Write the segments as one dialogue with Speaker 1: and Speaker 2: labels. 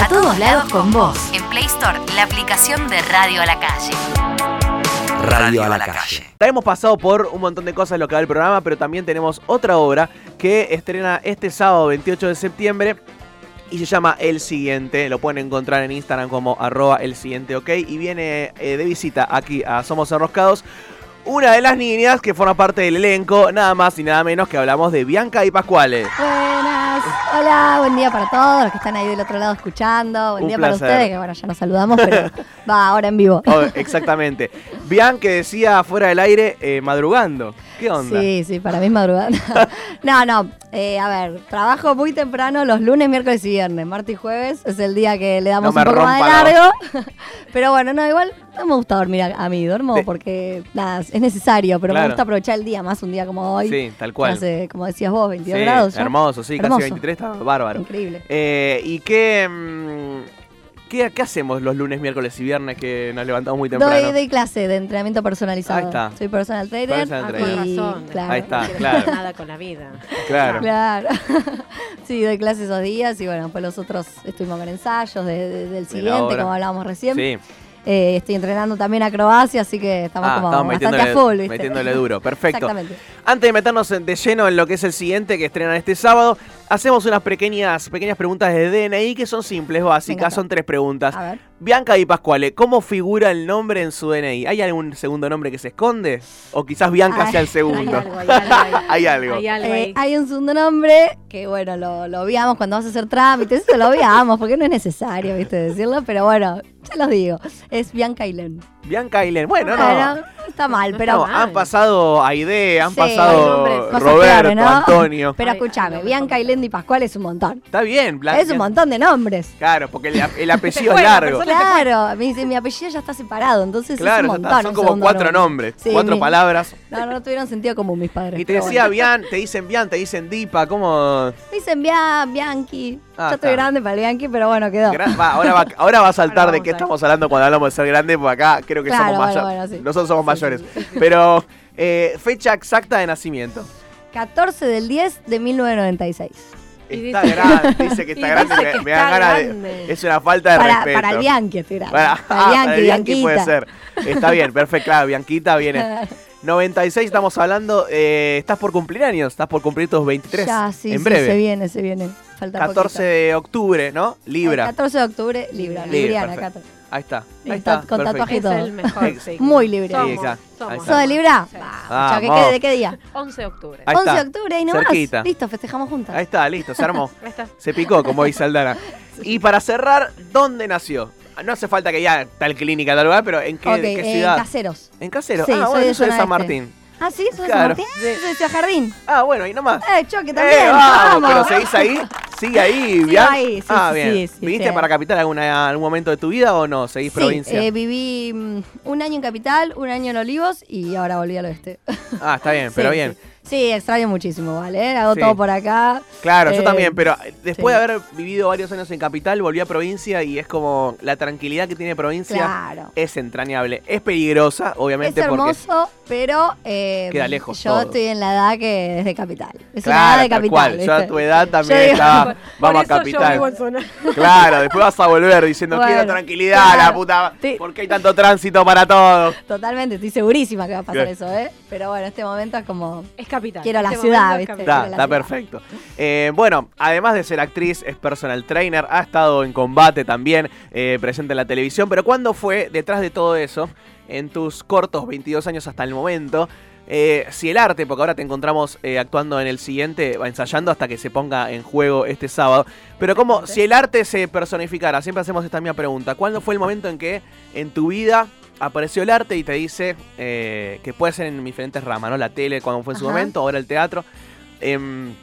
Speaker 1: A todos lados con vos. En Play Store, la aplicación de Radio a la Calle.
Speaker 2: Radio a la calle.
Speaker 3: Hemos pasado por un montón de cosas en lo que va el programa, pero también tenemos otra obra que estrena este sábado 28 de septiembre y se llama El Siguiente. Lo pueden encontrar en Instagram como arroba el siguiente, ok. Y viene eh, de visita aquí a Somos Enroscados. Una de las niñas que forma parte del elenco, nada más y nada menos que hablamos de Bianca y Pascuales.
Speaker 4: Buenas, hola, buen día para todos los que están ahí del otro lado escuchando, buen
Speaker 3: Un
Speaker 4: día
Speaker 3: placer.
Speaker 4: para ustedes, que bueno, ya nos saludamos, pero va ahora en vivo.
Speaker 3: Oh, exactamente. Bianca que decía fuera del aire eh, madrugando. ¿Qué onda?
Speaker 4: Sí, sí, para mí es madrugada. no, no, eh, a ver, trabajo muy temprano los lunes, miércoles y viernes. Martes y jueves es el día que le damos
Speaker 3: No me
Speaker 4: un poco más de
Speaker 3: rompa la-
Speaker 4: largo. pero bueno, no, igual no me gusta dormir a, a mí, duermo
Speaker 3: Sí.
Speaker 4: porque nada, es necesario, pero
Speaker 3: Claro.
Speaker 4: me gusta aprovechar el día más un día como hoy.
Speaker 3: Sí, tal cual.
Speaker 4: Hace, como decías vos, 22
Speaker 3: Sí,
Speaker 4: grados. ya.
Speaker 3: hermoso, sí,
Speaker 4: Hermoso.
Speaker 3: casi 23, está bárbaro.
Speaker 4: Increíble.
Speaker 3: Eh, ¿Y qué, mm, qué, qué hacemos los lunes, miércoles y viernes que nos levantamos muy temprano?
Speaker 4: Doy, doy clase de entrenamiento personalizado.
Speaker 3: Ahí está.
Speaker 4: Soy personal trainer.
Speaker 3: Personal
Speaker 5: Ah,
Speaker 3: trainer.
Speaker 5: con
Speaker 4: y-
Speaker 5: razón.
Speaker 4: claro.
Speaker 3: Ahí está,
Speaker 5: no quiero
Speaker 3: claro.
Speaker 5: hacer nada con la vida.
Speaker 3: Claro.
Speaker 4: Claro. sí, doy clases esos días y bueno, pues los otros estuvimos con ensayos de- de- del siguiente,
Speaker 3: obra.
Speaker 4: como hablábamos recién.
Speaker 3: Sí,
Speaker 4: Eh, estoy entrenando también acrobacia, así que estamos
Speaker 3: Ah,
Speaker 4: como
Speaker 3: estamos
Speaker 4: bastante
Speaker 3: metiéndole,
Speaker 4: a full, ¿viste?
Speaker 3: metiéndole duro. Perfecto.
Speaker 4: Exactamente.
Speaker 3: Antes de meternos en- de lleno en lo que es el siguiente que estrenan este sábado, hacemos unas pequeñas, pequeñas preguntas de DNI que son simples, básicas,
Speaker 4: encanta.
Speaker 3: son tres preguntas.
Speaker 4: A ver.
Speaker 3: Bianca Di Pascuale, ¿cómo figura el nombre en su DNI? ¿Hay algún segundo nombre que se esconde? ¿O quizás Bianca
Speaker 4: Ay,
Speaker 3: sea el
Speaker 5: Hay
Speaker 3: segundo?
Speaker 5: algo, hay algo. ahí.
Speaker 3: Hay algo.
Speaker 5: Hay algo
Speaker 4: Eh,
Speaker 5: ahí.
Speaker 4: hay un segundo nombre que, bueno, lo, lo obviamos cuando vas a hacer trámites, eso lo obviamos, porque no es necesario, ¿viste? Decirlo, pero bueno, ya los digo. Es Bianca Ilen.
Speaker 3: Bianca Ailén. Bueno, no.
Speaker 4: Bueno, está mal,
Speaker 5: No
Speaker 4: pero
Speaker 3: No,
Speaker 5: mal.
Speaker 3: han pasado Aide, han
Speaker 4: Sí.
Speaker 5: Hay
Speaker 3: pasado
Speaker 5: nombres,
Speaker 4: cosas
Speaker 3: Roberto,
Speaker 4: peores, ¿no?
Speaker 3: Antonio.
Speaker 4: Pero
Speaker 5: Ay,
Speaker 4: escúchame,
Speaker 5: ay, no,
Speaker 4: Bianca
Speaker 5: no.
Speaker 4: y Lendi Pascual es un montón.
Speaker 3: Está bien, Blanca.
Speaker 4: Es un montón de nombres.
Speaker 3: Claro, porque el, el apellido es
Speaker 5: Bueno,
Speaker 3: largo.
Speaker 5: persona-
Speaker 4: Claro, me dice, mi apellido ya está separado, entonces es un
Speaker 3: Claro, ya
Speaker 4: montón.
Speaker 3: está,
Speaker 4: un
Speaker 3: son como
Speaker 4: segundo
Speaker 3: cuatro
Speaker 4: nombre.
Speaker 3: nombres,
Speaker 4: Sí,
Speaker 3: cuatro
Speaker 4: mi-
Speaker 3: palabras.
Speaker 4: No, no tuvieron sentido común mis padres.
Speaker 3: Y te
Speaker 4: pero
Speaker 3: decía
Speaker 4: bueno.
Speaker 3: Bian, te dicen Bian, te dicen Dipa, ¿cómo?
Speaker 4: Me dicen Bian, Bianchi.
Speaker 3: Ah,
Speaker 4: ya estoy
Speaker 3: está.
Speaker 4: grande para el Bianchi, pero bueno, quedó.
Speaker 3: Gra- va, ahora, va, ahora va a saltar
Speaker 5: Ahora
Speaker 3: de
Speaker 5: vamos
Speaker 3: qué
Speaker 5: a ver.
Speaker 3: estamos hablando cuando hablamos de ser grande, porque acá creo que
Speaker 4: Claro,
Speaker 3: somos
Speaker 4: bueno,
Speaker 3: mayores.
Speaker 4: bueno, sí.
Speaker 3: Nosotros somos
Speaker 4: Sí,
Speaker 3: mayores. Pero eh, fecha exacta de nacimiento.
Speaker 4: 14 del 10 de 1996.
Speaker 5: Y
Speaker 3: Está
Speaker 5: dice-
Speaker 3: grande, dice que
Speaker 5: y
Speaker 3: está grande,
Speaker 5: dice
Speaker 3: me,
Speaker 5: que
Speaker 3: me da
Speaker 5: está
Speaker 3: ganas de.
Speaker 5: grande.
Speaker 3: Es una falta de
Speaker 4: Para,
Speaker 3: respeto.
Speaker 4: para el Bianchi estoy grande.
Speaker 3: Para,
Speaker 4: Para el
Speaker 3: ah,
Speaker 4: Bianchi,
Speaker 3: para el Bianchi puede
Speaker 4: Bianquita.
Speaker 3: ser. Está bien, perfecto, claro, Bianquita viene. 96 estamos hablando, eh, estás por cumplir años, estás por cumplir tus 23
Speaker 4: Ya, sí,
Speaker 3: en
Speaker 4: sí,
Speaker 3: breve.
Speaker 4: se viene, se viene. Falta
Speaker 3: 14
Speaker 4: poquito.
Speaker 3: de octubre, ¿no?
Speaker 4: El
Speaker 3: Libra.
Speaker 4: 14 de octubre, Libra.
Speaker 3: Libra,
Speaker 4: Libriana,
Speaker 3: perfecto.
Speaker 4: 14.
Speaker 3: Ahí está.
Speaker 4: Y
Speaker 3: Ahí
Speaker 4: está
Speaker 3: está.
Speaker 4: con
Speaker 3: perfecto.
Speaker 4: tatuaje.
Speaker 5: es el mejor, sí.
Speaker 4: Muy libre.
Speaker 5: Somos,
Speaker 3: Sí, acá, ahí
Speaker 5: somos.
Speaker 3: está.
Speaker 4: ¿Sos de Libra?
Speaker 5: Sí.
Speaker 4: Va, ya, ¿qué-
Speaker 3: Vamos.
Speaker 4: qué- ¿De qué día?
Speaker 5: 11 de octubre.
Speaker 3: Ahí
Speaker 4: 11 de
Speaker 3: está.
Speaker 4: octubre y nomás.
Speaker 3: Cerquita.
Speaker 4: Listo, festejamos juntas.
Speaker 3: Ahí está, listo, se armó.
Speaker 5: Ahí está.
Speaker 3: Se picó, como dice Aldana. Y para cerrar, ¿dónde nació? No hace falta que ya tal clínica, tal lugar, pero ¿en qué,
Speaker 4: Ok,
Speaker 3: de qué
Speaker 4: eh,
Speaker 3: ciudad?
Speaker 4: Caseros.
Speaker 3: en Casero.
Speaker 4: Sí,
Speaker 3: ah,
Speaker 4: soy
Speaker 3: bueno,
Speaker 4: de
Speaker 3: yo soy de
Speaker 4: zona
Speaker 3: San
Speaker 4: este.
Speaker 3: Martín.
Speaker 4: Ah, sí, sos de San
Speaker 3: Claro.
Speaker 4: Martín. Ah, sos de Ciudad Jardín.
Speaker 3: Ah, bueno, y nomás.
Speaker 4: Eh, Choque también.
Speaker 3: Eh, vamos,
Speaker 4: vamos.
Speaker 3: pero seguís ahí, sigue ahí,
Speaker 4: Sigo
Speaker 3: Bian.
Speaker 4: ahí, sí,
Speaker 3: ah,
Speaker 4: sí,
Speaker 3: bien.
Speaker 4: sí, sí,
Speaker 3: ¿Viniste
Speaker 4: sí.
Speaker 3: para Capital alguna, algún momento de tu vida o no? ¿Seguís
Speaker 4: Sí,
Speaker 3: provincia?
Speaker 4: eh, viví mm, un año en Capital, un año en Olivos y ahora volví al oeste.
Speaker 3: ah, está bien, pero
Speaker 4: Sí,
Speaker 3: bien.
Speaker 4: Sí. Sí, extraño muchísimo, ¿vale? ¿eh? Hago
Speaker 3: Sí.
Speaker 4: todo por acá.
Speaker 3: Claro, yo
Speaker 4: Eh,
Speaker 3: también, pero después
Speaker 4: sí.
Speaker 3: de haber vivido varios años en Capital, volví a provincia y es como la tranquilidad que tiene provincia
Speaker 4: Claro.
Speaker 3: es entrañable. Es peligrosa,
Speaker 4: Es
Speaker 3: obviamente, porque
Speaker 4: hermoso, pero eh,
Speaker 3: Queda lejos
Speaker 4: yo
Speaker 3: todo.
Speaker 4: estoy en la edad que es de capital. Es una edad
Speaker 3: Claro,
Speaker 4: de
Speaker 3: tal
Speaker 4: capital.
Speaker 3: cual. Yo a
Speaker 4: ¿viste?
Speaker 3: tu edad también
Speaker 4: Yo digo-
Speaker 3: estaba. Vamos
Speaker 5: Por
Speaker 3: a
Speaker 5: eso Yo vivo
Speaker 3: capital.
Speaker 5: en zona.
Speaker 3: Claro, después vas a volver diciendo
Speaker 4: Bueno,
Speaker 3: quiero tranquilidad, la
Speaker 4: claro.
Speaker 3: puta.
Speaker 4: Sí.
Speaker 3: ¿Por qué hay tanto tránsito para todos?
Speaker 4: Totalmente, estoy segurísima que va a pasar
Speaker 3: Bien.
Speaker 4: eso, ¿eh? Pero bueno, este momento es como...
Speaker 5: Es capital.
Speaker 4: Quiero la
Speaker 5: Este
Speaker 4: ciudad,
Speaker 5: momento es
Speaker 4: ¿viste?
Speaker 5: capital.
Speaker 3: Está,
Speaker 4: la
Speaker 3: está
Speaker 4: ciudad.
Speaker 3: perfecto. Eh, bueno, además de ser actriz, es personal trainer, ha estado en combate también, eh, presente en la televisión, pero ¿cuándo fue detrás de todo eso, en tus cortos 22 años hasta el momento, eh, si el arte, porque ahora te encontramos eh, actuando en el siguiente, va ensayando hasta que se ponga en juego este sábado, pero como si el arte se personificara, siempre hacemos esta misma pregunta, ¿cuándo fue el momento en que en tu vida... Apareció el arte y te dice eh, que puede ser en diferentes ramas, ¿no? La tele cuando fue en su
Speaker 4: Ajá.
Speaker 3: momento, ahora el teatro em,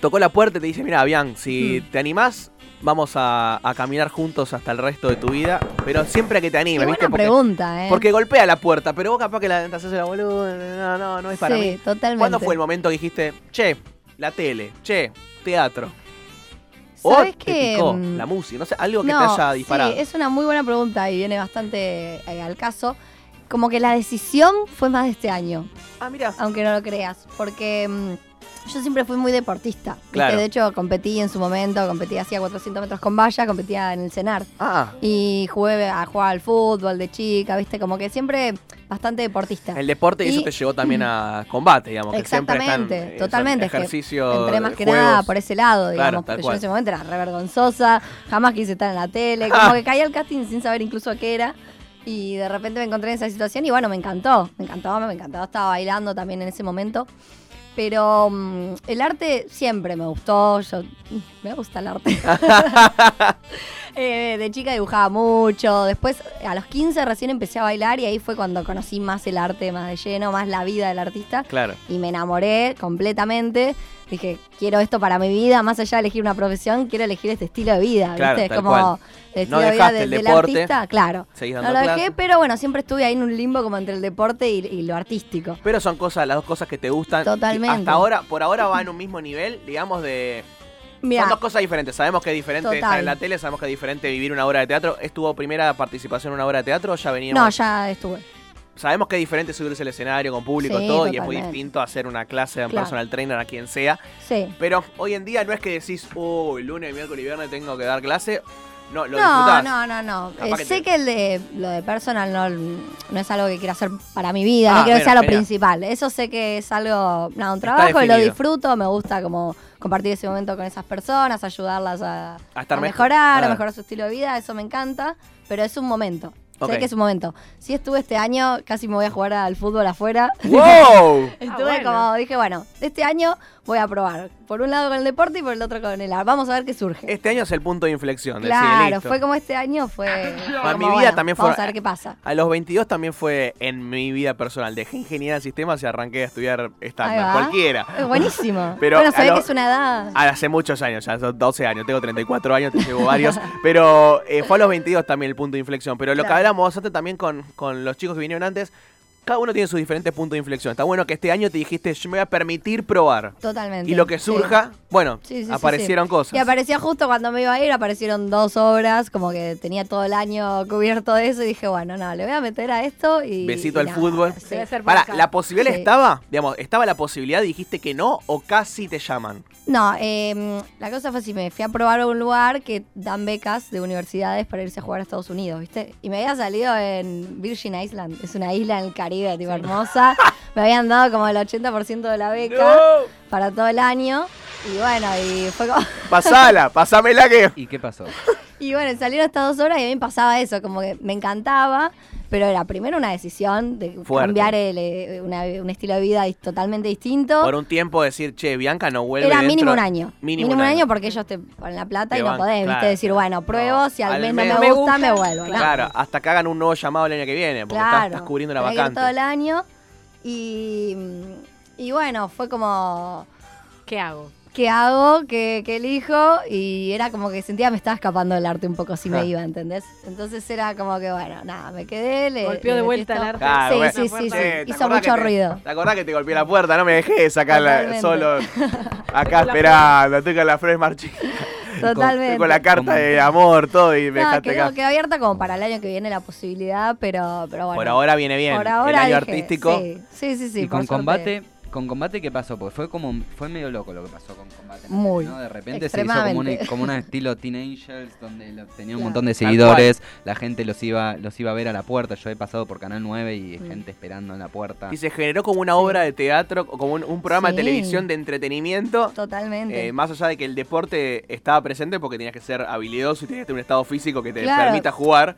Speaker 3: tocó la puerta y te dice, mira, Bian, si
Speaker 4: Hmm.
Speaker 3: te animás, vamos a, a caminar juntos hasta el resto de tu vida. Pero siempre que te
Speaker 4: Qué
Speaker 3: animes,
Speaker 4: buena
Speaker 3: ¿viste? Porque,
Speaker 4: pregunta, ¿eh?
Speaker 3: porque golpea la puerta, pero vos capaz que la te haces la boluda, no, no, no es para
Speaker 4: sí,
Speaker 3: mí.
Speaker 4: totalmente.
Speaker 3: ¿Cuándo fue el momento que dijiste, che, la tele, che, teatro? O
Speaker 4: ¿Sabes
Speaker 3: te
Speaker 4: que,
Speaker 3: picó
Speaker 4: mm,
Speaker 3: la música, no sé, algo que
Speaker 4: no,
Speaker 3: te haya disparado.
Speaker 4: Sí, es una muy buena pregunta y viene bastante eh, al caso. Como que la decisión fue más de este año,
Speaker 3: Ah, mira,
Speaker 4: aunque no lo creas, porque mm, Yo siempre fui muy deportista. ¿viste?
Speaker 3: Claro.
Speaker 4: De hecho, competí en su momento, competí hacía 400 metros con valla, competía en el cenar.
Speaker 3: Ah,
Speaker 4: Y jugué a jugar al fútbol de chica, ¿viste? Como que siempre bastante deportista.
Speaker 3: Ah, el deporte y eso
Speaker 4: Y- mm.
Speaker 3: te llevó también a combate, digamos. que siempre
Speaker 4: Exactamente,
Speaker 3: están, eh,
Speaker 4: totalmente. es que
Speaker 3: Ejercicio.
Speaker 4: entré más
Speaker 3: eh,
Speaker 4: que
Speaker 3: juegos.
Speaker 4: nada por ese lado,
Speaker 3: Claro,
Speaker 4: digamos.
Speaker 3: tal
Speaker 4: porque yo
Speaker 3: cual.
Speaker 4: en ese momento era re vergonzosa, jamás quise estar en la tele, como que caí al casting sin saber incluso a qué era. Y de repente me encontré en esa situación y bueno, me encantó, me encantó, me encantó, estaba bailando también en ese momento. Pero mm, el arte siempre me gustó, yo me gusta el arte. Eh, de chica dibujaba mucho, después a los 15 recién empecé a bailar y ahí fue cuando conocí más el arte, más de lleno, más la vida del artista
Speaker 3: Claro.
Speaker 4: y me enamoré completamente. Dije, quiero esto para mi vida, más allá de elegir una profesión, quiero elegir este estilo de vida,
Speaker 3: Claro,
Speaker 4: ¿viste?
Speaker 3: tal
Speaker 4: Como
Speaker 3: cual.
Speaker 4: el estilo
Speaker 3: No
Speaker 4: de vida
Speaker 3: dejaste
Speaker 4: de-
Speaker 3: el
Speaker 4: del
Speaker 3: deporte.
Speaker 4: artista, claro.
Speaker 3: Seguís
Speaker 4: No
Speaker 3: dando
Speaker 4: lo dejé,
Speaker 3: clases.
Speaker 4: pero bueno, siempre estuve ahí en un limbo como entre el deporte y, y lo artístico.
Speaker 3: Pero son cosas, las dos cosas que te gustan. que
Speaker 4: Totalmente.
Speaker 3: Hasta ahora, por ahora va en un mismo nivel, digamos, de.
Speaker 4: Mira,
Speaker 3: Son dos cosas diferentes. Sabemos que es diferente
Speaker 4: Total.
Speaker 3: estar en la tele, sabemos que es diferente vivir una obra de teatro. ¿Estuvo primera participación en una obra de teatro o ya veníamos?
Speaker 4: no, ya estuve.
Speaker 3: Sabemos que es diferente subirse al escenario con público,
Speaker 4: Sí,
Speaker 3: todo, y es muy
Speaker 4: totalmente.
Speaker 3: distinto hacer una clase de un
Speaker 4: Claro.
Speaker 3: personal trainer a quien sea.
Speaker 4: Sí.
Speaker 3: Pero hoy en día no es que decís, uy, lunes, miércoles y viernes tengo que dar clase. No, lo
Speaker 4: No,
Speaker 3: disfrutás.
Speaker 4: no, no, no.
Speaker 3: Capaz
Speaker 4: Eh,
Speaker 3: que
Speaker 4: sé
Speaker 3: te-
Speaker 4: que el de lo de personal no, no es algo que quiera hacer para mi vida,
Speaker 3: Ah,
Speaker 4: no quiero que
Speaker 3: mira,
Speaker 4: sea lo
Speaker 3: mira.
Speaker 4: principal. Eso sé que es algo, nada, un
Speaker 3: Está
Speaker 4: trabajo y lo
Speaker 3: definido.
Speaker 4: disfruto, me gusta como compartir ese momento con esas personas, ayudarlas a,
Speaker 3: A estar mejor, Ah.
Speaker 4: mejorar,
Speaker 3: claro.
Speaker 4: a mejorar su estilo de vida, eso me encanta, pero es un momento.
Speaker 3: Ok.
Speaker 4: Sé que es un momento. Si estuve este año, casi me voy a jugar al fútbol afuera.
Speaker 3: Ah, ¡Wow!
Speaker 4: Estuve
Speaker 5: bueno.
Speaker 4: como, dije, bueno, este año voy a probar. Por un lado con el deporte y por el otro con el arte. Vamos a ver qué surge.
Speaker 3: Este año es el punto de inflexión. decir,
Speaker 4: Claro,
Speaker 3: listo.
Speaker 4: fue como este año, fue.
Speaker 3: Ah,
Speaker 4: como,
Speaker 3: mi vida
Speaker 4: bueno,
Speaker 3: también
Speaker 4: Vamos
Speaker 3: fue-
Speaker 4: a ver qué pasa.
Speaker 3: A los 22 también fue en mi vida personal. Dejé ingeniería de sistemas y arranqué a estudiar
Speaker 4: Ahí
Speaker 3: estándar,
Speaker 4: va.
Speaker 3: cualquiera.
Speaker 4: Eh, buenísimo.
Speaker 3: Pero
Speaker 4: bueno,
Speaker 3: a
Speaker 4: sabés
Speaker 3: lo-
Speaker 4: que es una edad.
Speaker 3: Ah, Hace muchos años, ya son 12 años, tengo 34 años, te llevo varios, pero eh, fue a los 22 también el punto de inflexión. Pero lo que
Speaker 4: Claro.
Speaker 3: hablamos antes también con, con los chicos que vinieron antes, cada uno tiene sus diferentes puntos de inflexión. Está bueno que este año te dijiste, yo me voy a permitir probar.
Speaker 4: Totalmente.
Speaker 3: Y lo que
Speaker 4: sí.
Speaker 3: surja, bueno,
Speaker 4: Sí, sí, sí,
Speaker 3: aparecieron
Speaker 4: Y
Speaker 3: cosas.
Speaker 4: aparecía justo cuando me iba a ir, aparecieron dos obras, como que tenía todo el año cubierto de eso y dije, bueno, no, le voy a meter a esto y...
Speaker 3: Besito
Speaker 4: y
Speaker 3: al
Speaker 4: nada,
Speaker 3: fútbol.
Speaker 4: sí.
Speaker 5: Debe ser por
Speaker 3: Para,
Speaker 5: acá.
Speaker 3: ¿la posibilidad
Speaker 4: Sí.
Speaker 3: estaba? Digamos, ¿estaba la posibilidad? ¿Dijiste que no o casi te llaman?
Speaker 4: No, eh, la cosa fue así, me fui a probar a un lugar que dan becas de universidades para irse a jugar a Estados Unidos, ¿viste? Y me había salido en Virgin Island, es una isla en el Caribe, tipo hermosa. Me habían dado como el 80% de la beca para todo el año. Y bueno, y fue como...
Speaker 3: Pasala, pasámela que...
Speaker 2: ¿Y qué pasó?
Speaker 4: Y bueno, salieron estas dos horas y a mí me pasaba eso, como que me encantaba, pero era primero una decisión de
Speaker 3: Fuerte.
Speaker 4: cambiar el, eh, una- un estilo de vida dis- totalmente distinto.
Speaker 3: Por un tiempo decir, che, Bianca no vuelve
Speaker 4: Era
Speaker 3: dentro-
Speaker 4: mínimo un año.
Speaker 3: Mínimo, un año.
Speaker 4: porque ellos te ponen la plata
Speaker 3: Te
Speaker 4: y no
Speaker 3: van,
Speaker 4: podés,
Speaker 3: claro.
Speaker 4: viste, decir, bueno, pruebo,
Speaker 3: No,
Speaker 4: si al,
Speaker 3: al
Speaker 4: mes,
Speaker 3: mes
Speaker 4: no me,
Speaker 5: me
Speaker 4: gusta,
Speaker 5: gusta,
Speaker 4: me vuelvo. ¿no?
Speaker 3: Claro, hasta que hagan un nuevo llamado el año que viene, porque estás, estás cubriendo la
Speaker 4: Tenés que ir
Speaker 3: vacante.
Speaker 4: todo el año y, y bueno, fue como...
Speaker 5: ¿Qué hago?
Speaker 4: ¿Qué hago? ¿Qué, qué elijo? Y era como que sentía me estaba escapando del arte un poco si
Speaker 3: Ah.
Speaker 4: me iba, ¿entendés? Entonces era como que, bueno, nada, me quedé. Le,
Speaker 5: Golpeó
Speaker 4: le
Speaker 5: de
Speaker 4: metí
Speaker 5: vuelta
Speaker 4: esto.
Speaker 5: al arte.
Speaker 3: Claro,
Speaker 4: Sí,
Speaker 3: bueno.
Speaker 4: sí, sí, sí.
Speaker 3: Eh, ¿te
Speaker 4: Hizo
Speaker 3: acordás
Speaker 4: mucho
Speaker 3: que te-
Speaker 4: ruido.
Speaker 3: ¿Te acás que te golpeé la puerta? No me dejé sacarla
Speaker 4: Totalmente.
Speaker 3: solo. Acá
Speaker 5: la
Speaker 3: esperando, estoy con la Fresh Marching.
Speaker 4: Totalmente.
Speaker 3: Con, la carta de amor, todo, y me
Speaker 4: No,
Speaker 3: dejaste
Speaker 4: quedó,
Speaker 3: acá.
Speaker 4: quedó abierta como para el año que viene la posibilidad, pero, pero bueno.
Speaker 3: Por ahora viene bien.
Speaker 4: Por ahora
Speaker 3: el año
Speaker 4: dije,
Speaker 3: artístico.
Speaker 4: Sí, sí, sí. sí,
Speaker 2: y
Speaker 4: por
Speaker 2: con
Speaker 4: suerte.
Speaker 2: combate, con combate qué pasó, porque fue como fue medio loco lo que pasó con combate. ¿no?
Speaker 4: Muy,
Speaker 2: ¿no? De repente se hizo como un
Speaker 4: extremadamente.
Speaker 2: como un estilo Teen Angels donde lo- tenía un
Speaker 4: Claro.
Speaker 2: montón de
Speaker 3: Tal
Speaker 2: seguidores, la gente los iba los iba a ver a la puerta. Yo he pasado por Canal 9 y
Speaker 4: Mm.
Speaker 2: gente esperando en la puerta.
Speaker 3: Y se generó como una obra de teatro, o como un, un programa de
Speaker 4: Sí.
Speaker 3: televisión de entretenimiento.
Speaker 4: Totalmente.
Speaker 3: eh, más allá de que el deporte estaba presente porque tenías que ser habilidoso y tenías que tener un estado físico que te
Speaker 4: Claro.
Speaker 3: permita jugar.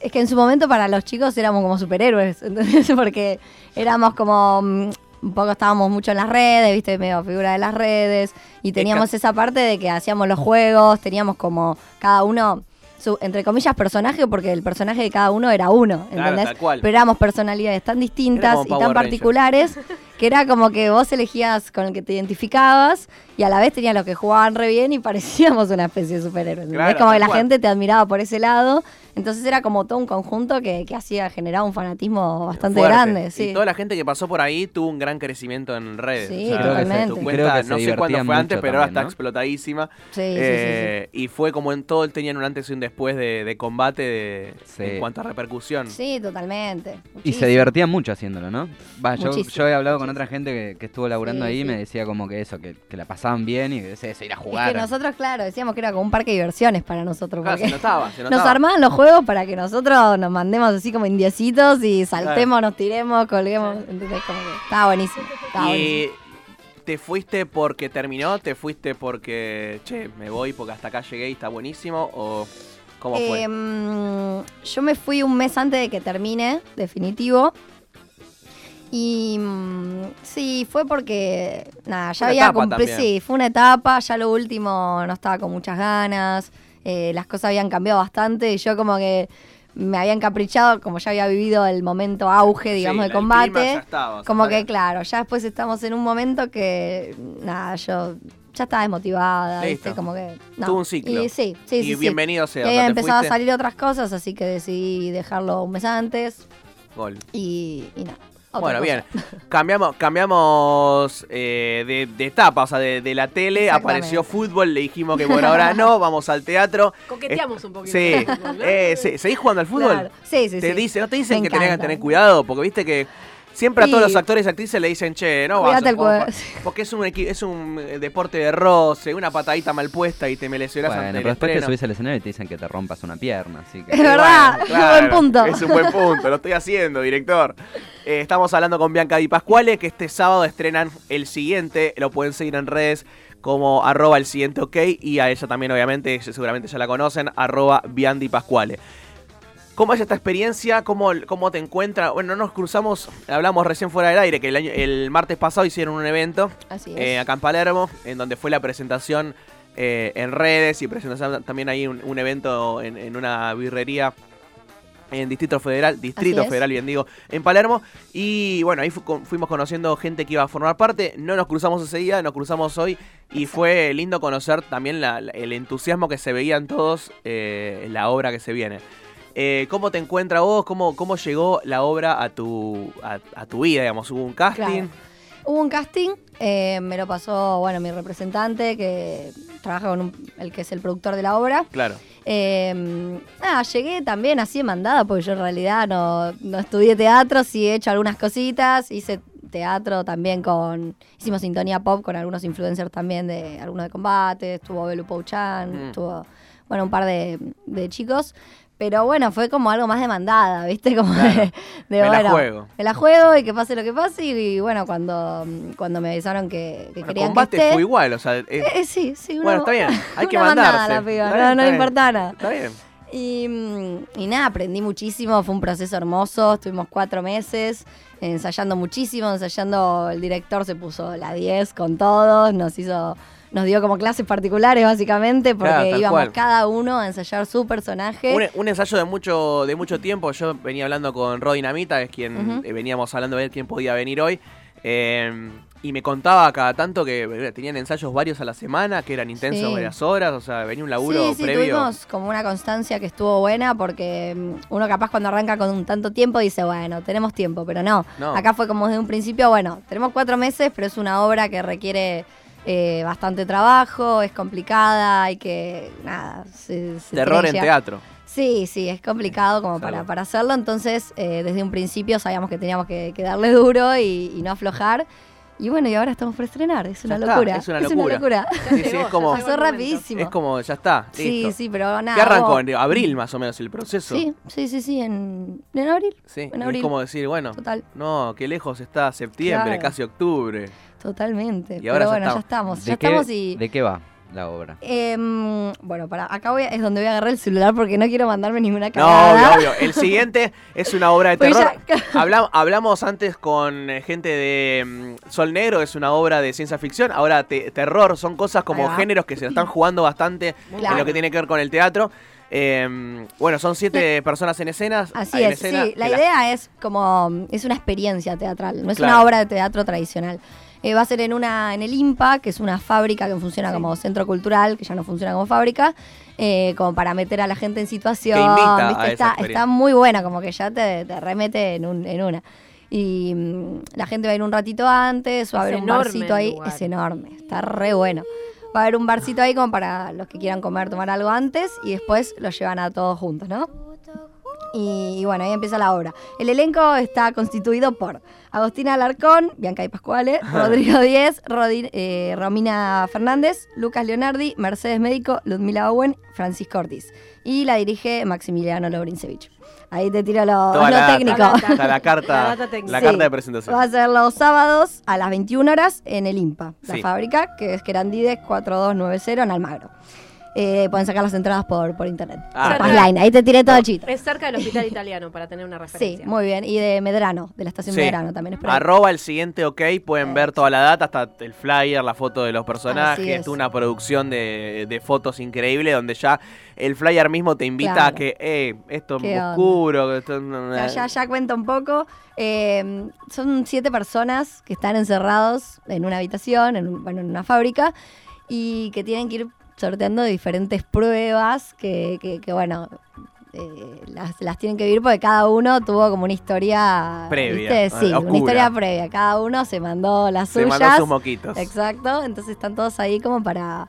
Speaker 4: Es que en su momento para los chicos éramos como superhéroes, ¿entendés? Porque éramos como. mm, Un poco estábamos mucho en las redes, viste, medio figura de las redes. Y teníamos esa parte de que hacíamos los juegos, teníamos como cada uno, su, entre comillas, personaje, porque el personaje de cada uno era uno,
Speaker 3: Claro,
Speaker 4: ¿entendés?
Speaker 3: tal cual.
Speaker 4: Pero éramos personalidades tan
Speaker 3: Era
Speaker 4: distintas
Speaker 3: como
Speaker 4: y
Speaker 3: Power
Speaker 4: tan
Speaker 3: Rangers.
Speaker 4: particulares que era como que vos elegías con el que te identificabas y a la vez tenías los que jugaban re bien y parecíamos una especie de superhéroes. ¿entendés?
Speaker 3: Claro,
Speaker 4: como que
Speaker 3: tal
Speaker 4: la
Speaker 3: cual.
Speaker 4: gente te admiraba por ese lado. Entonces era como todo un conjunto que, que hacía generar un fanatismo bastante
Speaker 3: fuerte.
Speaker 4: grande. Sí.
Speaker 3: Y toda la gente que pasó por ahí tuvo un gran crecimiento en redes.
Speaker 4: Sí,
Speaker 3: O sea,
Speaker 4: totalmente.
Speaker 3: Tu
Speaker 4: Creo
Speaker 3: cuenta,
Speaker 2: que se
Speaker 3: no sé cuándo
Speaker 2: divertían
Speaker 3: fue antes,
Speaker 2: mucho
Speaker 3: pero ahora está
Speaker 2: también, ¿no?
Speaker 3: explotadísima.
Speaker 4: Sí, sí, sí,
Speaker 3: Eh, Y fue como en todo, tenían un antes y un después de, de combate de,
Speaker 2: Sí.
Speaker 3: en cuanto a repercusión.
Speaker 4: Sí, totalmente.
Speaker 2: Y se
Speaker 4: Muchísimo.
Speaker 2: divertían mucho haciéndolo, ¿no? Va, yo,
Speaker 4: Muchísimo,
Speaker 2: yo he hablado con otra gente que, que estuvo laburando
Speaker 4: Sí,
Speaker 2: ahí y
Speaker 4: sí.
Speaker 2: me decía como que eso, que, que la pasaban bien y que es eso, ir a
Speaker 4: Es
Speaker 2: jugar.
Speaker 4: que nosotros, claro, decíamos que era como un parque de diversiones para nosotros.
Speaker 3: Claro,
Speaker 4: porque
Speaker 3: se notaba, se
Speaker 4: nos
Speaker 3: notaba.
Speaker 4: armaban los juegos para que nosotros nos mandemos así como indiecitos y saltemos, nos tiremos, colguemos. Entonces, como que estaba buenísimo. Estaba buenísimo.
Speaker 3: Y te fuiste porque terminó, te fuiste porque, che, me voy porque hasta acá llegué y está buenísimo, o cómo
Speaker 4: Eh,
Speaker 3: fue.
Speaker 4: Em, yo me fui un mes antes de que termine, definitivo. Y mm, sí, fue porque, nada, ya
Speaker 3: Una
Speaker 4: había
Speaker 3: etapa
Speaker 4: cumplido,
Speaker 3: también.
Speaker 4: sí, fue una etapa, ya lo último no estaba con muchas ganas, eh, las cosas habían cambiado bastante y yo como que me había encaprichado, como ya había vivido el momento auge, digamos,
Speaker 3: Sí,
Speaker 4: de
Speaker 3: la- el clima ya
Speaker 4: combate.
Speaker 3: estaba, o sea,
Speaker 4: Como
Speaker 3: está
Speaker 4: que
Speaker 3: bien.
Speaker 4: claro, ya después estamos en un momento que, nada, yo ya estaba desmotivada, ¿viste?
Speaker 3: Listo.
Speaker 4: como que... no.
Speaker 3: Tuvo un ciclo.
Speaker 4: Y sí, sí,
Speaker 3: y
Speaker 4: sí, sí.
Speaker 3: bienvenido sea.
Speaker 4: Y ahí
Speaker 3: cuando te
Speaker 4: empezaba a
Speaker 3: fuiste,
Speaker 4: salir otras cosas, así que decidí dejarlo un mes antes
Speaker 3: gol.
Speaker 4: y, y nada. otra
Speaker 3: Bueno,
Speaker 4: cosa.
Speaker 3: bien. Cambiamos, cambiamos eh, de, de etapa, o sea, de, de la tele
Speaker 4: Exactamente.
Speaker 3: apareció fútbol, le dijimos que por ahora no, vamos al teatro.
Speaker 5: Coqueteamos un poquito.
Speaker 3: Sí,
Speaker 5: con el fútbol, ¿no?
Speaker 3: eh, sí, ¿seguís jugando al fútbol?
Speaker 4: Claro. Sí, sí,
Speaker 3: te
Speaker 4: sí.
Speaker 3: dice, no te dicen
Speaker 4: Me
Speaker 3: que tenés que
Speaker 4: encanta.
Speaker 3: tener cuidado, porque viste que siempre a todos
Speaker 4: Y-
Speaker 3: los actores y actrices le dicen, che, no vas
Speaker 4: Cuidate
Speaker 3: a
Speaker 4: el
Speaker 3: jugar
Speaker 4: cuer-
Speaker 3: pa- porque es un equi- es un eh, deporte de roce, una patadita mal puesta y te me lesionás
Speaker 2: Bueno,
Speaker 3: ante el
Speaker 2: pero después te
Speaker 3: estreno.
Speaker 2: subís al escenario y te dicen que te rompas una pierna, así
Speaker 4: Es
Speaker 2: que...
Speaker 4: verdad,
Speaker 3: Bueno,
Speaker 4: buen punto.
Speaker 3: Es un buen punto, lo estoy haciendo, director. Eh, estamos hablando con Bianca Di Pascuale, que este sábado estrenan el siguiente, lo pueden seguir en redes como arroba el siguiente ok, y a ella también, obviamente, seguramente ya la conocen, arroba Biandi Pascuale. ¿Cómo es esta experiencia? ¿Cómo, ¿Cómo te encuentras? Bueno, nos cruzamos, hablamos recién fuera del aire, que el, año- el martes pasado hicieron un evento
Speaker 4: Así es.
Speaker 3: eh, acá en Palermo, en donde fue la presentación eh, en redes y presentación también ahí un, un evento en, en una birrería en Distrito Federal, Distrito
Speaker 4: es.
Speaker 3: Federal, bien digo, en Palermo. Y bueno, ahí fu- con- fuimos conociendo gente que iba a formar parte. No nos cruzamos ese día, nos cruzamos hoy. Y fue lindo conocer también la- la- el entusiasmo que se veían todos eh, en la obra que se viene. Eh, ¿Cómo te encuentras vos? ¿Cómo, ¿Cómo llegó la obra a tu, a, a tu vida? Digamos, hubo un casting.
Speaker 4: Claro. Hubo un casting, eh, me lo pasó, bueno, mi representante que trabaja con un- el que es el productor de la obra.
Speaker 3: Claro.
Speaker 4: Eh, nada, llegué también así de mandada, porque yo en realidad no, no estudié teatro, sí he hecho algunas cositas, hice teatro también con, hicimos sintonía pop con algunos influencers también de algunos de combate, estuvo Belu Pouchan,
Speaker 3: Mm.
Speaker 4: estuvo, bueno, un par de, de chicos, pero bueno, fue como algo más demandada, ¿viste? Como
Speaker 3: Claro.
Speaker 4: de, de,
Speaker 3: Me la
Speaker 4: bueno,
Speaker 3: juego.
Speaker 4: Me la juego y que pase lo que pase, y, bueno, cuando, cuando me avisaron que, que
Speaker 3: Bueno,
Speaker 4: querían
Speaker 3: combate
Speaker 4: que esté-
Speaker 3: fue igual, o sea, eh,
Speaker 4: Eh, eh, sí, sí, una-
Speaker 3: bueno, está bien, hay que
Speaker 4: una bandada
Speaker 3: mandarse.
Speaker 4: la piba,
Speaker 3: Está
Speaker 4: no,
Speaker 3: bien,
Speaker 4: no
Speaker 3: está bien.
Speaker 4: importa nada.
Speaker 3: Está bien.
Speaker 4: Y, mm, y nada, aprendí muchísimo, fue un proceso hermoso, estuvimos cuatro meses ensayando muchísimo, ensayando, el director se puso la 10 con todos, nos hizo, nos dio como clases particulares básicamente, porque
Speaker 3: Claro, tal
Speaker 4: íbamos
Speaker 3: cual.
Speaker 4: cada uno a ensayar su personaje.
Speaker 3: Un, un ensayo de mucho, de mucho tiempo. Yo venía hablando con Rod Dinamita, es quien
Speaker 4: Ujú.
Speaker 3: eh, veníamos hablando de él, quién podía venir hoy. eh, y me contaba cada tanto que eh, tenían ensayos varios a la semana, que eran intensos
Speaker 4: Sí.
Speaker 3: varias horas, o sea, venía un laburo
Speaker 4: sí, sí,
Speaker 3: previo.
Speaker 4: tuvimos como una constancia que estuvo buena porque mm, uno capaz cuando arranca con un tanto tiempo dice, bueno, tenemos tiempo, pero no.
Speaker 3: No.
Speaker 4: Acá fue como desde un principio, bueno, tenemos cuatro meses, pero es una obra que requiere eh, bastante trabajo, es complicada, hay que, nada, se, se
Speaker 3: Terror
Speaker 4: tiene que
Speaker 3: en
Speaker 4: llegar-
Speaker 3: teatro.
Speaker 4: Sí, sí, es complicado como
Speaker 3: Salvo.
Speaker 4: para, para hacerlo, entonces eh, desde un principio sabíamos que teníamos que, que darle duro y, y no aflojar. Y bueno, y ahora estamos por estrenar, es una
Speaker 3: Ya está,
Speaker 4: locura.
Speaker 3: es una locura. Sí, sí, es
Speaker 5: llegó,
Speaker 3: como,
Speaker 4: Pasó
Speaker 5: ya llegó. el momento.
Speaker 4: rapidísimo.
Speaker 3: es como, ya está.
Speaker 4: Sí,
Speaker 3: listo.
Speaker 4: sí, pero nada.
Speaker 3: ¿Qué arrancó?
Speaker 4: vos-
Speaker 3: En abril más o menos el proceso.
Speaker 4: Sí, sí, sí, sí, en, en abril.
Speaker 3: Sí,
Speaker 4: en
Speaker 3: y es
Speaker 4: abril.
Speaker 3: como decir, bueno,
Speaker 4: Total,
Speaker 3: no, qué lejos está septiembre,
Speaker 4: Claro.
Speaker 3: casi octubre.
Speaker 4: totalmente.
Speaker 3: Y ahora
Speaker 4: pero
Speaker 3: ya
Speaker 4: bueno, ya
Speaker 3: estamos.
Speaker 4: estamos.
Speaker 2: ¿De
Speaker 4: Ya
Speaker 2: qué-
Speaker 4: estamos y.
Speaker 2: ¿De qué va la obra?
Speaker 4: em, bueno, para acá voy a- es donde voy a agarrar el celular porque no quiero mandarme ninguna
Speaker 3: No,
Speaker 4: cagada.
Speaker 3: obvio, obvio. El siguiente es una obra de
Speaker 4: Pues
Speaker 3: terror.
Speaker 4: ya-
Speaker 3: Habla- hablamos antes con eh, gente de mm, Sol Negro, es una obra de ciencia ficción. Ahora, te- terror son cosas
Speaker 4: Ahí
Speaker 3: como
Speaker 4: va.
Speaker 3: géneros que se están jugando bastante en
Speaker 4: Claro.
Speaker 3: lo que tiene que ver con el teatro. Eh, bueno, son siete personas en escenas.
Speaker 4: Así
Speaker 3: en
Speaker 4: es,
Speaker 3: escena,
Speaker 4: sí. La
Speaker 3: que las-
Speaker 4: idea es como. Es una experiencia teatral, no es
Speaker 3: Claro.
Speaker 4: una obra de teatro tradicional. Eh, va a ser en una en el IMPA, que es una fábrica que funciona
Speaker 5: Sí.
Speaker 4: como centro cultural, que ya no funciona como fábrica, eh, como para meter a la gente en situación.
Speaker 3: Que invita
Speaker 4: ¿viste?
Speaker 3: a esa
Speaker 4: está,
Speaker 3: experiencia.
Speaker 4: está muy buena, como que ya te, te remete en, un- en una. Y mm, la gente va a ir un ratito antes, va a
Speaker 5: Es
Speaker 4: haber un
Speaker 5: enorme
Speaker 4: barcito
Speaker 5: el
Speaker 4: ahí,
Speaker 5: lugar.
Speaker 4: es enorme, está re bueno. Va a haber un barcito ahí como para los que quieran comer, tomar algo antes y después lo llevan a todos juntos, ¿no? Y, y bueno, ahí empieza la obra. El elenco está constituido por Agostina Alarcón, Bianca y Pascuale, Rodrigo Díez, Rodi- eh, Romina Fernández, Lucas Leonardi, Mercedes Médico, Ludmila Owen, Francisco Ortiz. Y la dirige Maximiliano Lobrincevich. Ahí te tiro lo,
Speaker 3: Toda
Speaker 4: lo
Speaker 3: la-
Speaker 4: técnico.
Speaker 5: toda
Speaker 3: O sea, la
Speaker 5: La
Speaker 3: carta,
Speaker 5: data técnica.
Speaker 3: la
Speaker 4: Sí.
Speaker 3: carta de presentación.
Speaker 4: Va a ser los sábados a las 21 horas en el IMPA, la
Speaker 3: Sí.
Speaker 4: fábrica, que es Querandides 4290 en Almagro. Eh, pueden sacar las entradas por, por internet.
Speaker 3: Ah,
Speaker 4: por
Speaker 5: bien.
Speaker 4: Passline. ahí te tiré todo el chito.
Speaker 5: Es cerca del hospital italiano, para tener una
Speaker 4: Sí,
Speaker 5: referencia.
Speaker 4: muy bien. Y de Medrano, de la estación
Speaker 3: Sí.
Speaker 4: Medrano también. Es por ahí.
Speaker 3: Arroba el siguiente ok, pueden ver toda la data, hasta el flyer, la foto de los
Speaker 4: Así
Speaker 3: personajes,
Speaker 4: es.
Speaker 3: una producción de, de fotos increíble donde ya el flyer mismo te invita a
Speaker 4: Claro.
Speaker 3: que, eh, esto
Speaker 4: ¿Qué
Speaker 3: es
Speaker 4: onda?
Speaker 3: oscuro, que esto
Speaker 4: Ya, ya, ya cuenta un poco. Eh, son siete personas que están encerrados en una habitación, en, un- bueno, en una fábrica, y que tienen que ir sorteando diferentes pruebas que, que- que, bueno, eh, las, las tienen que vivir porque cada uno tuvo como una historia
Speaker 3: Previa,
Speaker 4: ¿viste?
Speaker 3: ah,
Speaker 4: Sí,
Speaker 3: oscura.
Speaker 4: una historia previa. Cada uno se mandó las
Speaker 3: se
Speaker 4: suyas.
Speaker 3: mandó sus moquitos.
Speaker 4: Exacto. Entonces están todos ahí como para,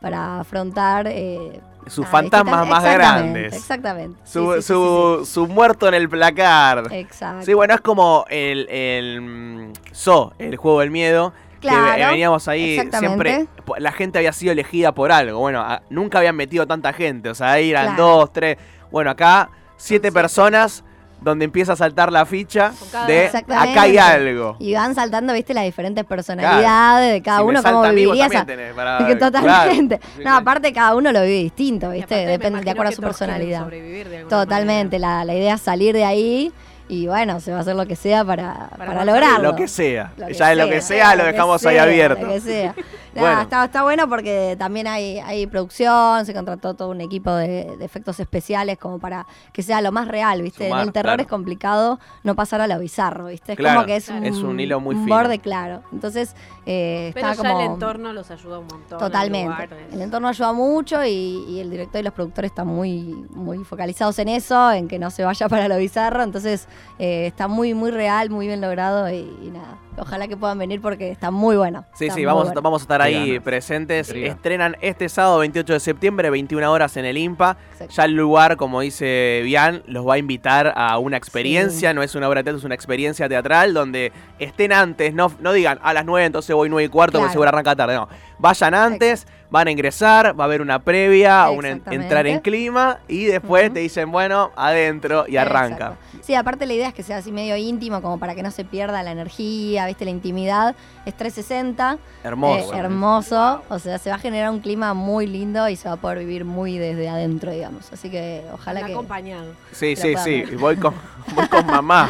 Speaker 4: para afrontar. eh,
Speaker 3: Sus
Speaker 4: nada,
Speaker 3: fantasmas
Speaker 4: distintas-
Speaker 3: más
Speaker 4: exactamente,
Speaker 3: grandes.
Speaker 4: Exactamente. Sí,
Speaker 3: Su,
Speaker 4: sí, sí,
Speaker 3: su- su muerto en el placar.
Speaker 4: sí, sí. Exacto.
Speaker 3: Sí, bueno, es como el, el mm, So, el juego del miedo. que
Speaker 4: Claro,
Speaker 3: veníamos ahí
Speaker 4: exactamente.
Speaker 3: siempre. po- La gente había sido elegida por algo. Bueno, a- nunca habían metido tanta gente. O sea, ahí eran
Speaker 4: Claro.
Speaker 3: dos, tres. Bueno, acá, siete
Speaker 5: siete.
Speaker 3: personas donde empieza a saltar la ficha
Speaker 5: Con cada-
Speaker 3: de
Speaker 4: Exactamente.
Speaker 3: acá hay algo.
Speaker 4: Y van saltando, viste, las diferentes personalidades de cada
Speaker 3: Si me
Speaker 4: uno,
Speaker 3: salta
Speaker 4: cómo
Speaker 3: a mí, vos
Speaker 4: viviría
Speaker 3: también
Speaker 4: esa.
Speaker 3: tenés para
Speaker 4: Es que
Speaker 3: ver. Claro.
Speaker 4: totalmente.
Speaker 3: Sí,
Speaker 4: No,
Speaker 3: sí.
Speaker 4: aparte cada uno lo vive distinto,
Speaker 5: Y
Speaker 4: viste,
Speaker 5: aparte me
Speaker 4: depende de
Speaker 5: imagino
Speaker 4: acuerdo a
Speaker 5: que
Speaker 4: su
Speaker 5: todos quieren
Speaker 4: personalidad.
Speaker 5: sobrevivir de alguna
Speaker 4: Totalmente, la, la idea es salir de ahí y bueno, se va a hacer lo que sea para, para,
Speaker 5: pasar
Speaker 4: lograrlo.
Speaker 3: Lo que sea.
Speaker 4: Lo que
Speaker 3: ya de lo que sea lo
Speaker 4: que
Speaker 3: dejamos ahí
Speaker 4: sea,
Speaker 3: abierto.
Speaker 4: lo que sea. Nada,
Speaker 3: Bueno.
Speaker 4: está, está bueno porque también hay, hay producción, se contrató todo un equipo de, de efectos especiales como para que sea lo más real, ¿viste?
Speaker 3: Sumar,
Speaker 4: en el terror
Speaker 3: claro.
Speaker 4: es complicado no pasar a lo bizarro, ¿viste? Es
Speaker 3: Claro,
Speaker 4: como que es un,
Speaker 5: claro.
Speaker 3: es un hilo muy
Speaker 4: un
Speaker 3: fino.
Speaker 4: borde claro. Entonces, eh,
Speaker 5: Pero
Speaker 4: está
Speaker 5: ya
Speaker 4: como...
Speaker 5: el entorno los ayuda un montón.
Speaker 4: Totalmente.
Speaker 5: El lugar,
Speaker 4: El entorno ayuda mucho y, y el director y los productores están muy, muy focalizados en eso, en que no se vaya para lo bizarro. Entonces eh, está muy, muy real, muy bien logrado y, y nada. Ojalá que puedan venir porque está muy bueno.
Speaker 3: Sí,
Speaker 4: Está
Speaker 3: sí,
Speaker 4: muy
Speaker 3: vamos,
Speaker 4: bueno.
Speaker 3: a- vamos a estar
Speaker 2: Qué
Speaker 3: ahí
Speaker 2: ganas.
Speaker 3: presentes.
Speaker 2: Intriga.
Speaker 3: Estrenan este sábado 28 de septiembre, 21 horas en el IMPA.
Speaker 4: Exacto.
Speaker 3: Ya el lugar, como dice Bian, los va a invitar a una experiencia, no es una obra de teatro, es una experiencia teatral donde estén antes, no, no digan a las 9 entonces voy 9 y cuarto porque
Speaker 4: Claro.
Speaker 3: seguro arranca tarde, no. Vayan antes, van a ingresar, va a haber una previa, una en-
Speaker 4: Exactamente.
Speaker 3: entrar en clima y después
Speaker 4: Ujú.
Speaker 3: te dicen, bueno, adentro y arranca.
Speaker 4: Exacto. Sí, aparte la idea es que sea así medio íntimo, como para que no se pierda la energía, viste, la intimidad. Es 360.
Speaker 3: Hermoso.
Speaker 4: eh, hermoso. O sea, se va a generar un clima muy lindo y se va a poder vivir muy desde adentro, digamos. Así que ojalá
Speaker 5: Está
Speaker 4: que.
Speaker 5: acompañado.
Speaker 3: Sí,
Speaker 4: la
Speaker 3: sí,
Speaker 4: puedan
Speaker 3: sí.
Speaker 4: ver.
Speaker 3: y Voy con, voy con mamá.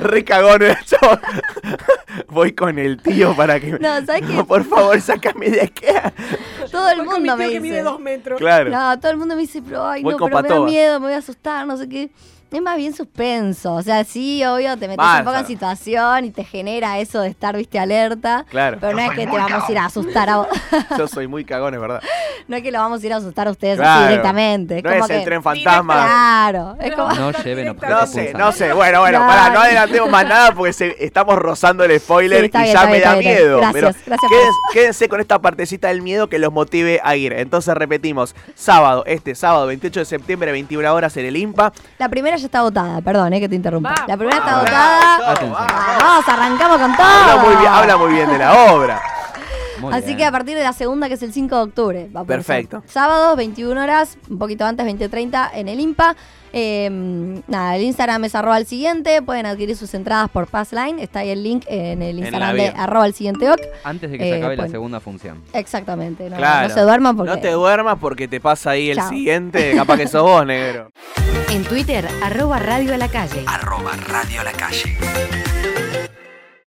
Speaker 3: Re cagón, el chabón. Voy con el tío para que.
Speaker 4: No, ¿sabes qué?
Speaker 3: Por favor, sácame de aquí.
Speaker 4: Todo el
Speaker 5: Voy con mi
Speaker 4: mundo me
Speaker 5: tío
Speaker 4: dice.
Speaker 5: que mide dos metros.
Speaker 3: Claro.
Speaker 4: No, todo el mundo me dice, pero ay,
Speaker 3: Voy
Speaker 4: no,
Speaker 3: con
Speaker 4: pero me da
Speaker 3: Patoa.
Speaker 4: miedo, me voy a asustar, no sé qué. Es más bien suspenso. O sea, sí, obvio, te metes
Speaker 3: Bárbaro.
Speaker 4: un poco en situación y te genera eso de estar, viste, alerta.
Speaker 3: Claro.
Speaker 4: Pero no es que te vamos a ir a asustar a vos.
Speaker 3: Yo soy muy cagón, es verdad.
Speaker 4: No es que lo vamos a ir a asustar a ustedes así
Speaker 3: Claro.
Speaker 4: directamente. Es
Speaker 3: no
Speaker 4: como
Speaker 3: es el
Speaker 4: que-
Speaker 3: tren fantasma.
Speaker 4: Claro. Es como.
Speaker 2: No lleven objetos
Speaker 3: No sé,
Speaker 2: punzantes.
Speaker 3: no sé. Bueno, bueno,
Speaker 4: No.
Speaker 3: pará, no adelantemos más nada porque se- estamos rozando el spoiler
Speaker 4: Sí, está
Speaker 3: y
Speaker 4: bien,
Speaker 3: ya
Speaker 4: está
Speaker 3: me
Speaker 4: bien,
Speaker 3: da
Speaker 4: está bien.
Speaker 3: miedo.
Speaker 4: Gracias,
Speaker 3: pero
Speaker 4: gracias por
Speaker 3: quédense, quédense con esta partecita del miedo que los motive a ir. Entonces repetimos, sábado, este sábado 28 de septiembre, 21 horas en el IMPA.
Speaker 4: La primera ya está votada, perdón, eh, que te interrumpa. La primera está
Speaker 3: Vamos.
Speaker 4: votada.
Speaker 2: Atención.
Speaker 4: Vamos, arrancamos con todo.
Speaker 3: Habla muy, bien, habla muy bien de la obra.
Speaker 2: Muy
Speaker 4: Así
Speaker 2: bien.
Speaker 4: que a partir de la segunda, que es el 5 de octubre, va a poder
Speaker 3: Perfecto.
Speaker 4: ser. Sábado, 21 horas, un poquito antes, 20.30 en el IMPA. Eh, nada, el Instagram es arroba al siguiente. Pueden adquirir sus entradas por Passline. Está ahí el link en el
Speaker 3: la
Speaker 4: Instagram de
Speaker 3: bio.
Speaker 4: arroba al siguiente ok.
Speaker 2: Antes de que se
Speaker 4: Eh,
Speaker 2: acabe la
Speaker 4: bueno.
Speaker 2: segunda función.
Speaker 4: Exactamente. No,
Speaker 3: Claro.
Speaker 4: no se duerman porque.
Speaker 3: No te duermas porque te pasa ahí el
Speaker 4: Chao.
Speaker 3: siguiente, capaz que sos vos, negro.
Speaker 1: En Twitter, arroba Radio a la Calle.
Speaker 6: arroba Radio a la Calle.